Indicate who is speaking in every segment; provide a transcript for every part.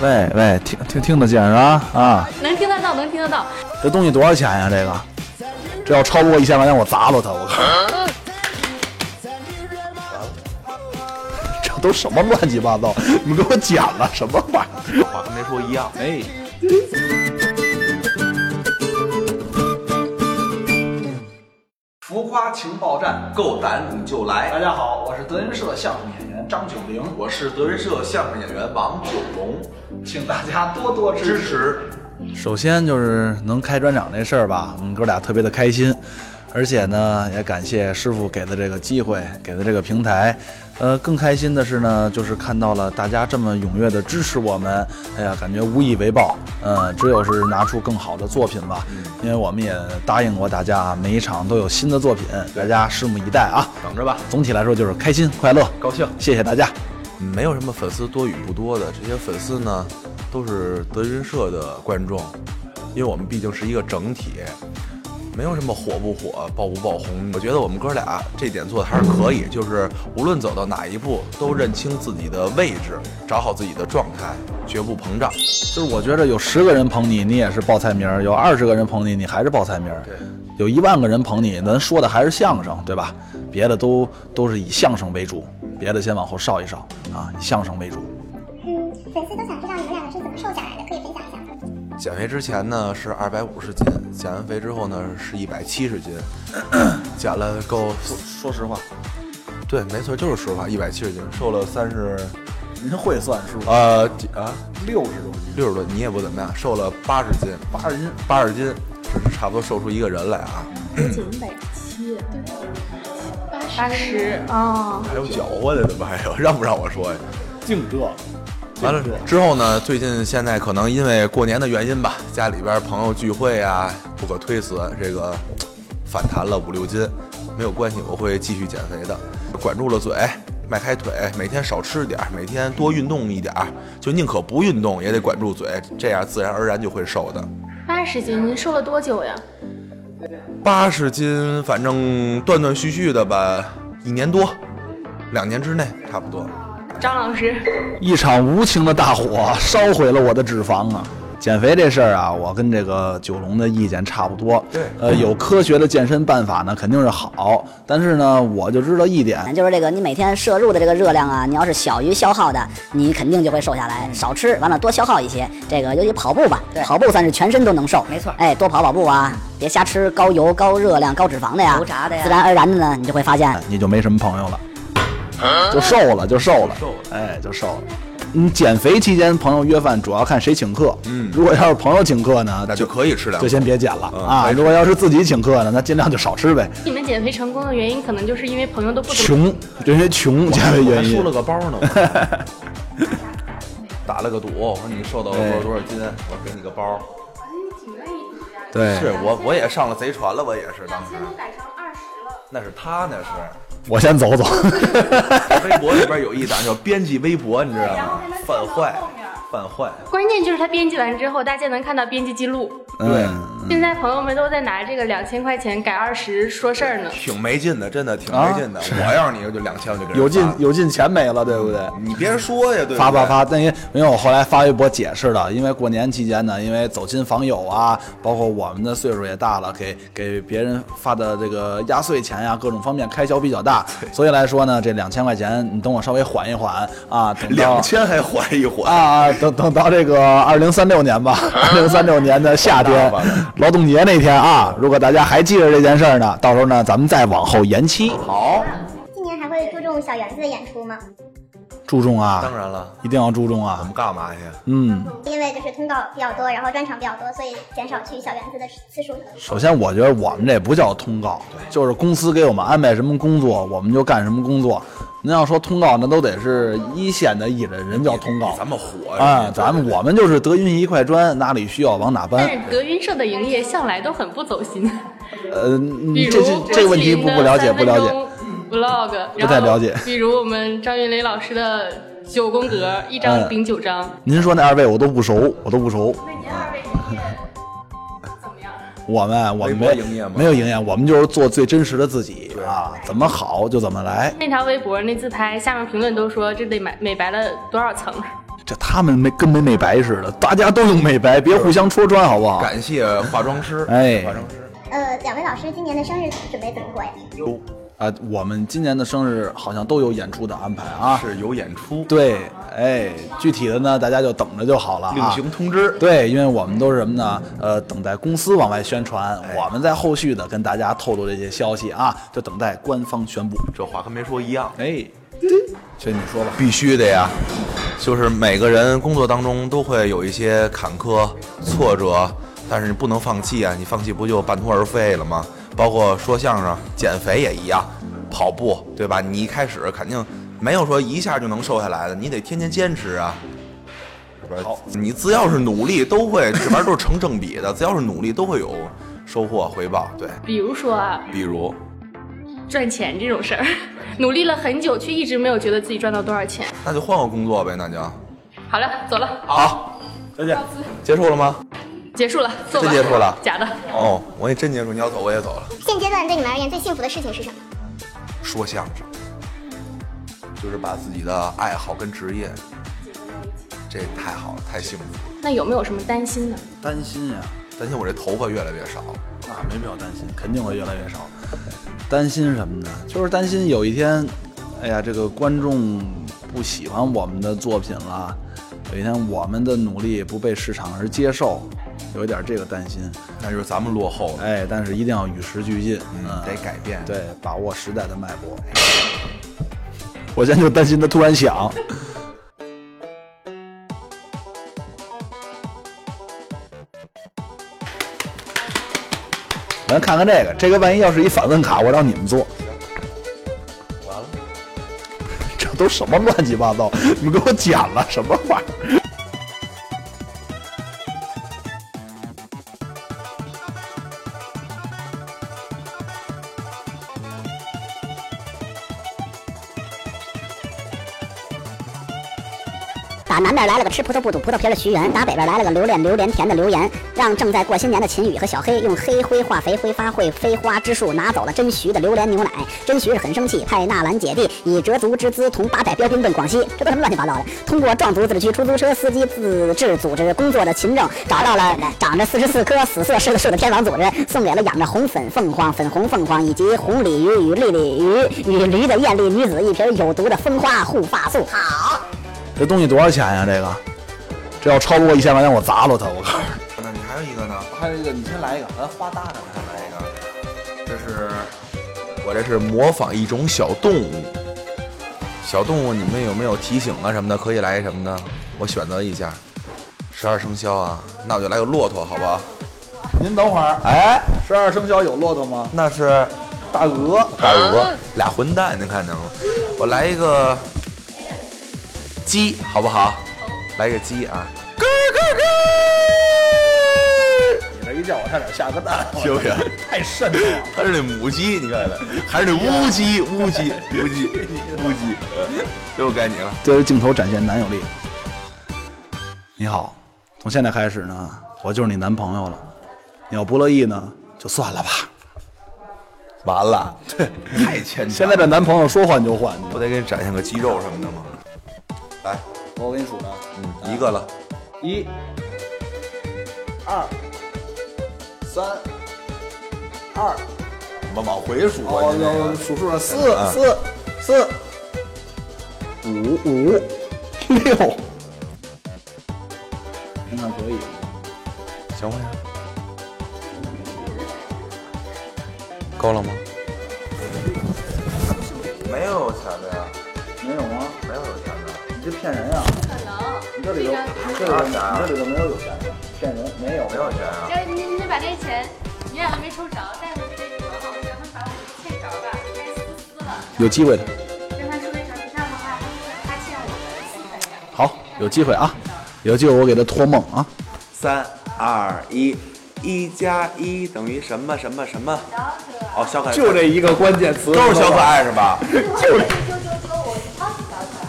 Speaker 1: 喂喂，听听听得见是吧？啊，
Speaker 2: 能听得到，能听得到。
Speaker 1: 这东西多少钱呀、这个，这要超不过一千块钱，我砸了他！我靠！这都什么乱七八糟？你们给我剪了什么玩意儿？
Speaker 3: 话跟没说一样。
Speaker 1: 哎，
Speaker 3: 浮夸情报站，够胆你就来。
Speaker 1: 家好，我是德云社相声演员张九龄，
Speaker 3: 我是德云社相声演员王九龙，
Speaker 1: 请大家多多
Speaker 3: 支持
Speaker 1: 首先就是能开专场这事儿吧，我们哥俩特别的开心，而且呢，也感谢师傅给的这个机会，给的这个平台。呃，更开心的是呢，就是看到了大家这么踊跃的支持我们，哎呀，感觉无以为报。呃，只有是拿出更好的作品吧，因为我们也答应过大家，每一场都有新的作品，大家拭目以待啊。
Speaker 3: 等着吧，
Speaker 1: 总体来说就是开心、快乐、
Speaker 3: 高兴。
Speaker 1: 谢谢大家。
Speaker 4: 没有什么粉丝多与不多的，这些粉丝呢，都是德云社的观众，因为我们毕竟是一个整体，没有什么火不火、爆不爆红。我觉得我们哥俩这点做的还是可以，就是无论走到哪一步，都认清自己的位置，找好自己的状态，绝不膨胀。
Speaker 1: 就是我觉得有十个人捧你，你也是报菜名儿；有二十个人捧你，你还是报菜名儿；
Speaker 4: 对
Speaker 1: 有一万个人捧你，咱说的还是相声，对吧？别的都都是以相声为主，别的先往后稍一稍啊，以相声为主。
Speaker 5: 嗯，粉丝都想知道你们两个是怎么瘦下来的，可以分享一下吗？
Speaker 4: 减肥之前呢是二百五十斤，减完肥之后呢是一百七十斤，减了够，
Speaker 1: 说实话，
Speaker 4: 对，没错，就是实话，一百七十斤，瘦了三十，
Speaker 1: 您会算数？
Speaker 4: 呃几啊。
Speaker 1: 六十多斤，
Speaker 4: 六十多，你也不怎么样，瘦了八十斤，
Speaker 1: 八十斤，
Speaker 4: 八十斤，这是差不多瘦出一个人来啊，
Speaker 2: 八十哦，
Speaker 4: 还有搅和的，怎么还有？ 让不让我说呀？
Speaker 1: 净这个。
Speaker 4: 完了之后呢，最近现在可能因为过年的原因吧，家里边朋友聚会啊，不可推辞，这个反弹了五六斤，没有关系，我会继续减肥的，管住了嘴。迈开腿，每天少吃点儿，每天多运动一点儿，就宁可不运动也得管住嘴，这样自然而然就会瘦的。
Speaker 2: 八十斤，您瘦了多久呀？
Speaker 4: 八十斤，反正断断续续的吧，一年多，两年之内差不多。
Speaker 2: 张老师，
Speaker 1: 一场无情的大火烧毁了我的脂肪啊！减肥这事儿啊，我跟这个九龙的意见差不多。
Speaker 4: 对
Speaker 1: 呃，有科学的健身办法呢，肯定是好。但是呢，我就知道一点，
Speaker 6: 就是这个你每天摄入的这个热量啊，你要是小于消耗的，你肯定就会瘦下来。少吃完了多消耗一些，这个尤其跑步吧，跑步算是全身都能瘦，没错。哎，多跑跑步啊，别瞎吃高油、高热量、高脂肪的呀，油炸的呀，自哎然而然的呢，你就会发现
Speaker 1: 你就没什么朋友了，就瘦了，就啊瘦了，哎，就瘦了。你减肥期间朋友约饭，主要看谁请客。嗯，如果要是朋友请客呢，那
Speaker 4: 那就可以吃两
Speaker 1: 就
Speaker 4: 口。
Speaker 1: 先别减了
Speaker 4: 嗯
Speaker 1: 啊。
Speaker 4: 还是
Speaker 1: 如果要是自己请客呢，那尽量就少吃呗。
Speaker 2: 你们减肥成功的原因，可能就是因为朋友都不怎么。
Speaker 1: 穷，因为穷减肥
Speaker 4: 我还
Speaker 1: 原因
Speaker 4: 输。了个包呢， 打了个赌，我说你瘦到多
Speaker 1: 哎
Speaker 4: 少多少斤，我给你个包。
Speaker 1: 对，
Speaker 4: 是我我也上了贼船了，我也是当时。
Speaker 2: 改成二十了，
Speaker 4: 那是他那是，
Speaker 1: 我先走走。
Speaker 4: 微博里边有一档叫编辑微博，你知
Speaker 1: 哎
Speaker 4: 道吗？犯坏，犯坏。
Speaker 2: 关键就是他编辑完之后，大家能看到编辑记录。
Speaker 1: 嗯。
Speaker 2: 现在朋友们都在拿这个两千块钱改二十说事儿呢。
Speaker 4: 挺没劲的，真的挺没劲的。我要是你，我就两千，我就给人
Speaker 1: 啊有进
Speaker 4: 发
Speaker 1: 有进钱没了，对不对？
Speaker 4: 你别说呀，对不对
Speaker 1: 啊嗯发发发，但因因为我后来发微博解释了，因为过年期间呢，因为走亲访友啊，包括我们的岁数也大了，给给别人发的这个压岁钱呀、各种方面开销比较大，所以来说呢，这两千块钱你等我稍微缓一缓啊，等到
Speaker 4: 两千还缓一缓。
Speaker 1: 啊，等等到这个二零三六年吧，二零三六年的夏天
Speaker 4: 完了完了，
Speaker 1: 劳动节那天啊，如果大家还记着这件事儿呢，到时候呢，咱们再往后延期，
Speaker 4: 好，
Speaker 5: 今年还会注重小园子的演出吗？
Speaker 1: 注重啊，
Speaker 4: 当然了，
Speaker 1: 一定要注重
Speaker 4: 我
Speaker 1: 啊
Speaker 4: 们，干嘛去？
Speaker 1: 嗯。
Speaker 5: 因为就是通告比较多，然后专场比较多，所以减少去小园子的次数。
Speaker 1: 首先，我觉得我们这不叫通告，就是公司给我们安排什么工作，我们就干什么工作。您要说通告，那都得是一线的艺人，人叫通告
Speaker 4: 咱们火
Speaker 1: 啊。咱们我们就是德云一块砖，哪里需要往哪搬
Speaker 2: 但。是德云社的营业向来都很不走心，
Speaker 1: 呃，嗯
Speaker 2: 比
Speaker 1: 这
Speaker 2: 如
Speaker 1: 这这个问题不不了解，不了解。。
Speaker 2: vlog 然后
Speaker 1: 不太了解
Speaker 2: 比如我们张云雷老师的九宫格，一
Speaker 1: 嗯
Speaker 2: 张顶九张。
Speaker 1: 您说那二位我都不熟，我都不熟。
Speaker 2: 那您二位营业怎么样？
Speaker 1: 我们我们没
Speaker 4: 微博营业吗
Speaker 1: 没有营业，我们就是做最真实的自己啊，怎么好就怎么来。
Speaker 2: 那条微博那自拍下面评论都说这得买美白了多少层？
Speaker 1: 这他们没跟没美白似的，大家都用美白，别互相戳穿，好不好？
Speaker 4: 感谢化妆师，
Speaker 1: 哎
Speaker 4: 化妆师，
Speaker 5: 呃，两位老师今年的生日准备怎么过呀？
Speaker 1: 啊，我们今年的生日好像都有演出的安排啊。
Speaker 4: 是有演出，
Speaker 1: 对，哎，具体的呢，大家就等着就好了
Speaker 4: 另
Speaker 1: 啊。
Speaker 4: 行通知。
Speaker 1: 对，因为我们都是什么呢？呃，等待公司往外宣传，我们在后续的跟大家透露这些消息啊，就等待官方宣布。
Speaker 4: 这话跟没说一样，
Speaker 1: 哎，这你说吧。
Speaker 4: 必须的呀。就是每个人工作当中都会有一些坎坷、挫折，但是你不能放弃啊！你放弃不就半途而废了吗？包括说相声、啊减肥也一样，跑步对吧？你一开始肯定没有说一下就能瘦下来的，你得天天坚持啊。
Speaker 1: 好
Speaker 4: 你只要是努力，都会这玩意儿都是成正比的，只要是努力都会有收获回报。对，
Speaker 2: 比如说啊，
Speaker 4: 比如
Speaker 2: 赚钱这种事儿，努力了很久，却一直没有觉得自己赚到多少钱。
Speaker 4: 那就换个工作呗，那就
Speaker 2: 好了，走了，
Speaker 4: 好，
Speaker 1: 再见。
Speaker 4: 结束了吗？
Speaker 2: 结束了，做吧。
Speaker 4: 真结束了
Speaker 2: 假的。
Speaker 4: 哦，我也真结束，你要走我也走了。
Speaker 5: 现阶段对你们而言最幸福的事情是什么？
Speaker 4: 说相声，就是把自己的爱好跟职业，这太好了，太幸福了。
Speaker 2: 那有没有什么担心的？
Speaker 1: 担心呀、
Speaker 4: 担心我这头发越来越少，
Speaker 1: 那没必要担心，肯定会越来越少。担心什么呢？就是担心有一天，哎呀，这个观众不喜欢我们的作品了，有一天我们的努力不被市场而接受，有一点这个担心。
Speaker 4: 那就是咱们落后了，
Speaker 1: 哎，但是一定要与时俱进，
Speaker 4: 嗯，得改变。，
Speaker 1: 对，把握时代的脉搏。我现在就担心它突然响。咱看看这个，这个万一要是一反问卡，我让你们做。完了，这都什么乱七八糟？你们给我剪了什么玩意儿？
Speaker 6: 打南边来了个吃葡萄不吐葡萄皮儿的徐元，打北边来了个留恋榴莲甜的刘岩，让正在过新年的秦宇和小黑用黑灰化肥挥发会飞花之术拿走了真徐的榴莲牛奶。真徐是很生气，派纳兰姐弟以折足之姿同八寨标兵奔广西，这都什么乱七八糟的？通过壮族自治区出租车司机自治组织工作的秦政，找到了长着四十四棵死色柿子树的天王组织，送给了养着红粉凤凰、粉红凤凰以及红鲤鱼与绿鲤鱼与驴的艳丽女子一瓶有毒的蜂花护发素。好。
Speaker 1: 这东西多少钱呀、这个，这要超过一千块钱，我砸了它！我靠！
Speaker 4: 那你还有一个呢？
Speaker 1: 还有一个，你先来一个，咱花大点。
Speaker 4: 再来一个，这是我这是模仿一种小动物。小动物，你们有没有提醒啊什么的？可以来什么的？我选择一下，十二生肖啊，那我就来个骆驼，好不好？
Speaker 1: 您等会儿，哎，十二生肖有骆驼吗？
Speaker 4: 那是
Speaker 1: 大鹅，
Speaker 4: 大鹅，俩混蛋，您看见了吗？我来一个鸡，好不好？来一个鸡啊！咯咯
Speaker 1: 你这一叫我差点下个蛋，
Speaker 4: 咯，行不行？
Speaker 1: 太瘆得慌。
Speaker 4: 它是那母鸡，你看看，还是那乌鸡，乌鸡，乌鸡，乌鸡，又该你了。
Speaker 1: 对着镜头展现男友力。你好，从现在开始呢，我就是你男朋友了。你要不乐意呢，就算了吧。
Speaker 4: 完了，对，太牵强。
Speaker 1: 现在这男朋友说换就换，
Speaker 4: 不得给你展现个肌肉什么的吗？来，
Speaker 1: 我给你数啊着，
Speaker 4: 一个了，
Speaker 1: 一、二、三、二，
Speaker 4: 我往回数啊！
Speaker 1: 哦
Speaker 4: 你这
Speaker 1: 哟，
Speaker 4: 个
Speaker 1: 数数了，四、四、四、嗯五、五、六，那可以。
Speaker 4: 行不行？够了吗？没有钱的呀，
Speaker 1: 没有吗？
Speaker 4: 没有有钱的，
Speaker 1: 你这骗人啊！
Speaker 2: 可能。
Speaker 1: 你这里头，这里头，你这里头没有有钱的，骗人没有
Speaker 4: 没有钱啊！
Speaker 2: 这你你把这钱，你俩没抽着，但是这个好像把哦我们欠着吧，该撕撕了。
Speaker 1: 有机会的，
Speaker 2: 跟他说一声，这样的话，他欠我的心疼呀。
Speaker 1: 好，有机会啊，有机会我给他托梦啊。
Speaker 7: 三二一，一加一等于什么什么什么？哦，小可爱
Speaker 1: 就这一个关键词，
Speaker 4: 都是小可爱是吧？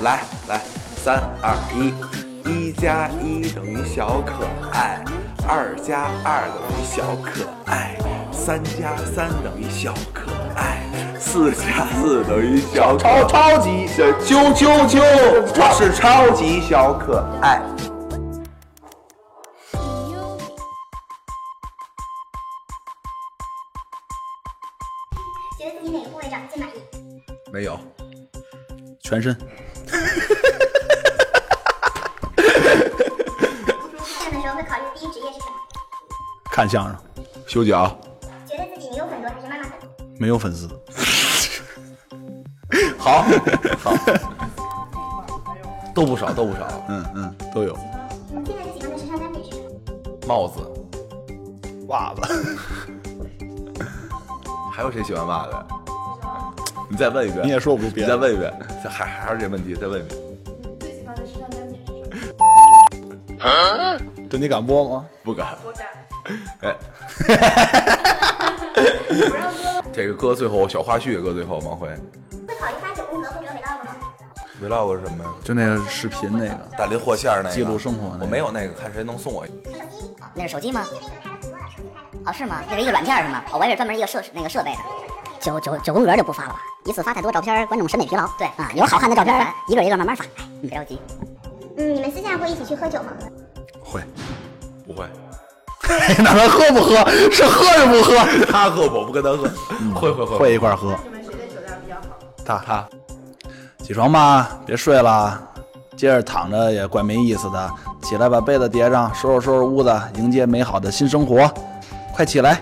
Speaker 7: 来来，三二一，一加一等于小可爱，二加二等于小可爱，三加三等于小可爱，四加四等于小可
Speaker 8: 超超级
Speaker 7: 小啾啾啾，我是超级小可爱。
Speaker 5: 觉得自己哪个部位长得最满意？
Speaker 4: 没有，
Speaker 1: 全身
Speaker 5: 看的时候会考虑第一职业是什么？
Speaker 1: 看相声，
Speaker 4: 修
Speaker 1: 啊
Speaker 4: 脚，
Speaker 5: 觉得自己你有很多还是妈妈粉？
Speaker 1: 没有粉丝，
Speaker 4: 好，好，都不少，都不少。
Speaker 1: 嗯嗯，都有
Speaker 5: 你现在自己妈妈时尚单品是什么？
Speaker 4: 帽子，
Speaker 1: 袜子。
Speaker 4: 还有谁喜欢袜子？你再问一遍，
Speaker 1: 你也说不出别
Speaker 4: 你
Speaker 1: 的
Speaker 4: 再问一遍，再还还是这问题，再问一遍，
Speaker 2: 最喜欢的时尚单品是什么？
Speaker 1: 这你敢播吗？
Speaker 4: 不敢。
Speaker 2: 我敢，
Speaker 4: 哎，
Speaker 2: 不让哥
Speaker 4: 这个搁最后小花絮，搁最后，王辉
Speaker 5: 会考虑发九宫格或者 vlog 吗？
Speaker 4: vlog 是什么呀？
Speaker 1: 就那个视频那个，
Speaker 4: 大林和馅儿那个
Speaker 1: 记录生活那个
Speaker 4: 我没有那个，看谁能送我一个。
Speaker 5: 手机，
Speaker 6: 那是手机吗？
Speaker 5: 就那个开了很多了，手机开了。
Speaker 6: 哦，是吗？这是一个软件是吗？哦，我还以为是专门一个设那个设备的。九九九宫格就不发了吧，一次发太多照片，观众审美疲劳。对啊，有好看的照片，一个一个慢慢发，哎你别着急。
Speaker 5: 嗯，你们私下会一起去喝酒吗？
Speaker 1: 会，
Speaker 4: 不会，
Speaker 1: 哪能喝不喝？是喝是不喝？
Speaker 4: 他喝我不跟他喝，会会嗯会
Speaker 1: 会一块儿喝。
Speaker 2: 你们谁的酒量比较好？
Speaker 1: 他他，起床吧，别睡了，接着躺着也怪没意思的。起来把被子叠上，收拾收拾屋子，迎接美好的新生活。快起来！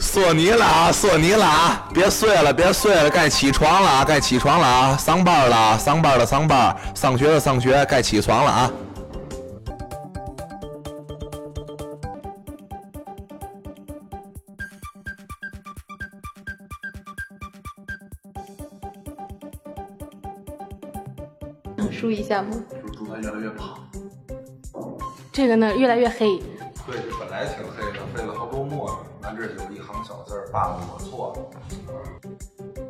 Speaker 4: 索尼了啊，索尼了啊！别睡了，别睡了，该起床了啊，该起床了啊！上班了啊，上班了，上班，上学了，上学，该起床了啊！
Speaker 2: 能输嗯一下吗？猪猪它越来越胖，这个呢越来越黑。
Speaker 4: 对，这本来挺黑的，费了好多墨水，完这有一行小字儿，爸爸我错了。